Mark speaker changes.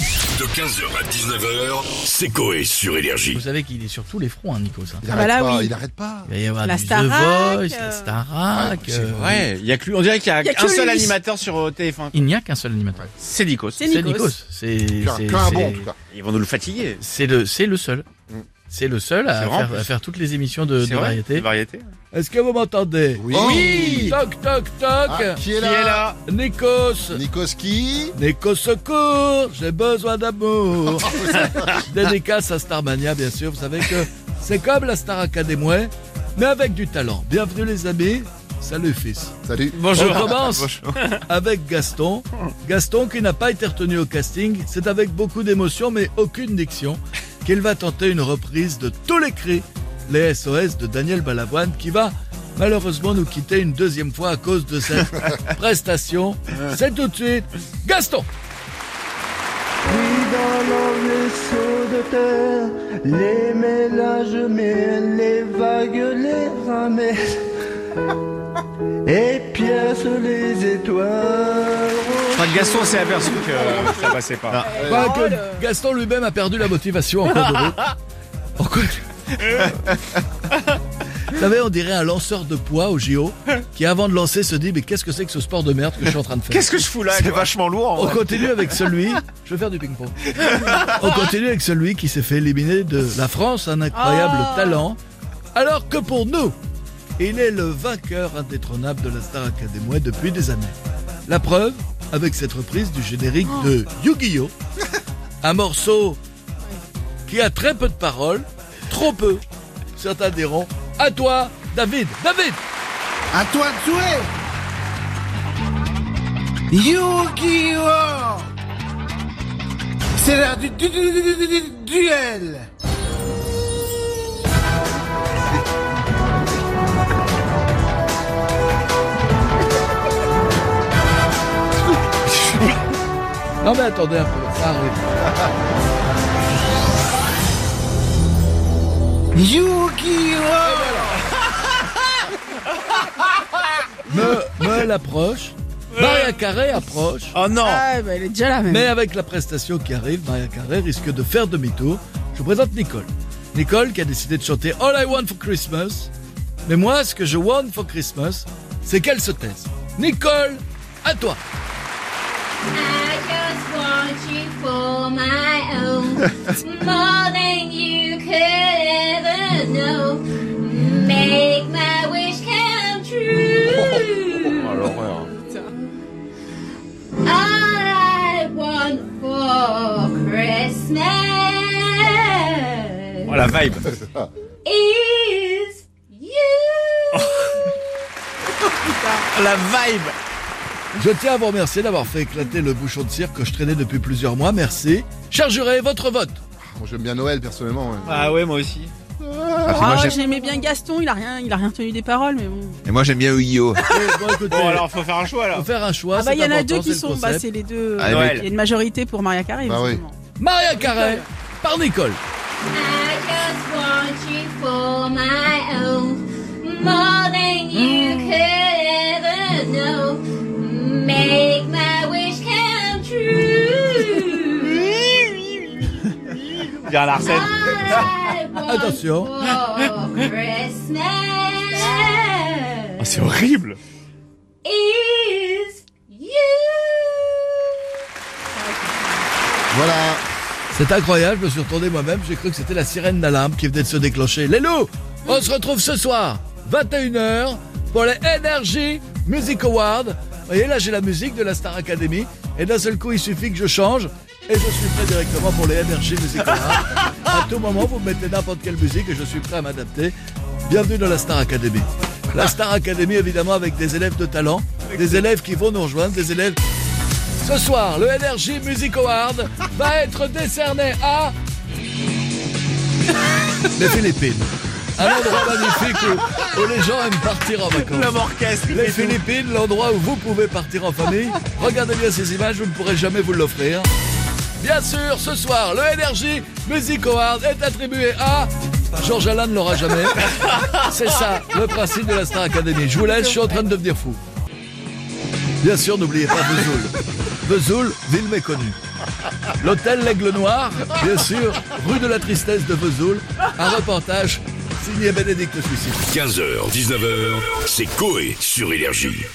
Speaker 1: De 15h à 19h, c'est Coé sur Énergie.
Speaker 2: Vous savez qu'il est sur tous les fronts, hein, Nico. Ça.
Speaker 3: Il
Speaker 4: Ah
Speaker 3: arrête
Speaker 4: bah là,
Speaker 3: pas,
Speaker 4: oui.
Speaker 3: il arrête pas.
Speaker 2: Il va y avoir
Speaker 4: La
Speaker 2: du The
Speaker 4: Starac,
Speaker 2: Voice,
Speaker 4: euh,
Speaker 2: la Starac.
Speaker 3: ouais, c'est
Speaker 2: euh,
Speaker 5: Ouais, il y a que lui. On dirait qu'il y a,
Speaker 4: Il y a que
Speaker 5: un seul
Speaker 4: lui.
Speaker 5: animateur sur euh, TF1.
Speaker 2: Il n'y a qu'un seul animateur.
Speaker 5: C'est Nikos.
Speaker 4: C'est Nikos.
Speaker 2: C'est
Speaker 3: Qu'un
Speaker 2: c'est-
Speaker 3: qu'un bon, Mm. en
Speaker 2: c'est-
Speaker 3: tout cas.
Speaker 5: Ils vont nous le fatiguer.
Speaker 2: C'est le, c'est le seul. C'est le seul à
Speaker 5: C'est vrai, en
Speaker 2: faire,
Speaker 5: plus.
Speaker 2: à faire toutes les émissions de, de
Speaker 5: C'est vrai,
Speaker 2: variété.
Speaker 5: de variété.
Speaker 2: Est-ce que vous m'entendez Oh.
Speaker 3: Oui.
Speaker 2: Toc, toc, toc
Speaker 3: Ah, qui est
Speaker 5: Qui
Speaker 3: là,
Speaker 5: est là
Speaker 2: Nikos
Speaker 3: Nikoski.
Speaker 2: Nikos secours J'ai besoin d'amour Dédicace à Starmania, bien sûr. Vous savez que c'est comme la Star Academy, mais avec du talent. Bienvenue, les amis. Salut, fils.
Speaker 3: Salut.
Speaker 5: Bonjour.
Speaker 2: On commence avec Gaston. Gaston qui n'a pas été retenu au casting. C'est avec beaucoup d'émotion mais aucune diction qu'il va tenter une reprise de tous les cris, les SOS de Daniel Balavoine qui va malheureusement nous quitter une deuxième fois à cause de cette prestation. C'est tout de suite Gaston
Speaker 6: dans nos vaisseaux de terre, les mélanges mêlent les vagues, les ramènent, et piercent les étoiles.
Speaker 5: Enfin, Gaston s'est aperçu que euh, ça passait pas.
Speaker 2: Quoique Gaston lui-même a perdu la motivation en cours de route. En cours de- Vous savez, on dirait un lanceur de poids au JO qui, avant de lancer, se dit Mais qu'est-ce que c'est que ce sport de merde que je suis en train de faire
Speaker 5: Qu'est-ce que je fous là quoi
Speaker 7: vachement lourd.
Speaker 5: hein.
Speaker 2: On continue avec celui. Je vais faire du ping-pong. On continue avec celui qui s'est fait éliminer de la France, un incroyable
Speaker 4: Oh.
Speaker 2: talent. Alors que pour nous, il est le vainqueur indétrônable de la Star Academy depuis des années. La preuve, avec cette reprise du générique de Yu-Gi-Oh! Un morceau qui a très peu de paroles, trop peu. Certains diront À toi, David David
Speaker 3: À toi de jouer. Yu-Gi-Oh! C'est l'heure du, du- du- du- du- du- duel.
Speaker 2: Non mais attendez un peu, ça arrive.
Speaker 3: Yu-Gi-Oh!
Speaker 2: Me, Meul approche. Maria Carré approche.
Speaker 5: Oh non
Speaker 4: Ah, bah, elle est déjà là, même.
Speaker 2: Mais avec la prestation qui arrive, Maria Carré risque de faire demi-tour. Je vous présente Nicole. Nicole qui a décidé de chanter All I Want for Christmas. Mais moi, ce que je want for Christmas, c'est qu'elle se taise. Nicole, à toi.
Speaker 8: I just want you for my own, more than you could ever know. Make my wish come true.
Speaker 5: Oh, l'horreur.
Speaker 8: All I want for Christmas
Speaker 5: Oh la vibe.
Speaker 8: is you.
Speaker 5: La vibe.
Speaker 2: Je tiens à vous remercier d'avoir fait éclater le bouchon de cirque que je traînais depuis plusieurs mois. Merci. Chargerez votre vote.
Speaker 3: Bon, j'aime bien Noël personnellement. ouais.
Speaker 5: Ah ouais, moi aussi.
Speaker 4: Ah, j'aimais bien Gaston, il a rien, il a rien tenu des paroles, mais bon.
Speaker 2: Ah,
Speaker 7: Et moi j'aime bien Yu-Gi-Oh.
Speaker 2: Eh, Bon, écoutez,
Speaker 5: Bon, alors faut faire un choix
Speaker 2: faut
Speaker 5: là.
Speaker 2: faire un choix.
Speaker 4: Ah bah
Speaker 2: c'est
Speaker 4: il y en a
Speaker 2: important,
Speaker 4: deux qui
Speaker 2: c'est le
Speaker 4: sont, bah
Speaker 2: concept.
Speaker 4: c'est les deux.
Speaker 7: Ah,
Speaker 4: il y a
Speaker 5: Noël.
Speaker 4: une majorité pour Maria Carré.
Speaker 3: Bah oui.
Speaker 4: visiblement.
Speaker 2: Maria Carré par Nicole.
Speaker 8: I just want you for my own, more than you could ever know. Make my wish come true.
Speaker 5: Bien Larsen.
Speaker 8: I want
Speaker 2: Attention.
Speaker 8: for Christmas
Speaker 5: Ah, c'est horrible.
Speaker 8: is you.
Speaker 3: Voilà.
Speaker 2: C'est incroyable, je me suis retourné moi-même, j'ai cru que c'était la sirène d'alarme qui venait de se déclencher. Les loups, on se retrouve ce soir, 21h, pour les Energy Music Awards. Vous voyez, là j'ai la musique de la Star Academy, et d'un seul coup il suffit que je change, et je suis prêt directement pour les Energy Music Awards. à tout moment, vous me mettez n'importe quelle musique, et je suis prêt à m'adapter. Bienvenue dans la Star Academy. La Star Academy, évidemment, avec des élèves de talent, des élèves qui vont nous rejoindre, des élèves ce soir, le NRJ Music Award va être décerné à les Philippines. Un endroit magnifique où, où les gens aiment partir en vacances.
Speaker 5: L'homme orchestre.
Speaker 2: Les Philippines, l'endroit où vous pouvez partir en famille. Regardez bien ces images, vous ne pourrez jamais vous l'offrir. Bien sûr, ce soir, le NRJ Music Award est attribué à... Georges Alain ne l'aura jamais. C'est ça, le principe de la Star Academy. Je vous laisse, je suis en train de devenir fou. Bien sûr, n'oubliez pas Vesoul. Vesoul, ville méconnue. L'hôtel L'Aigle Noir, bien sûr, rue de la Tristesse de Vesoul. Un reportage signé Bénédicte Suicide.
Speaker 1: 15h, 19h, c'est Coé sur Énergie.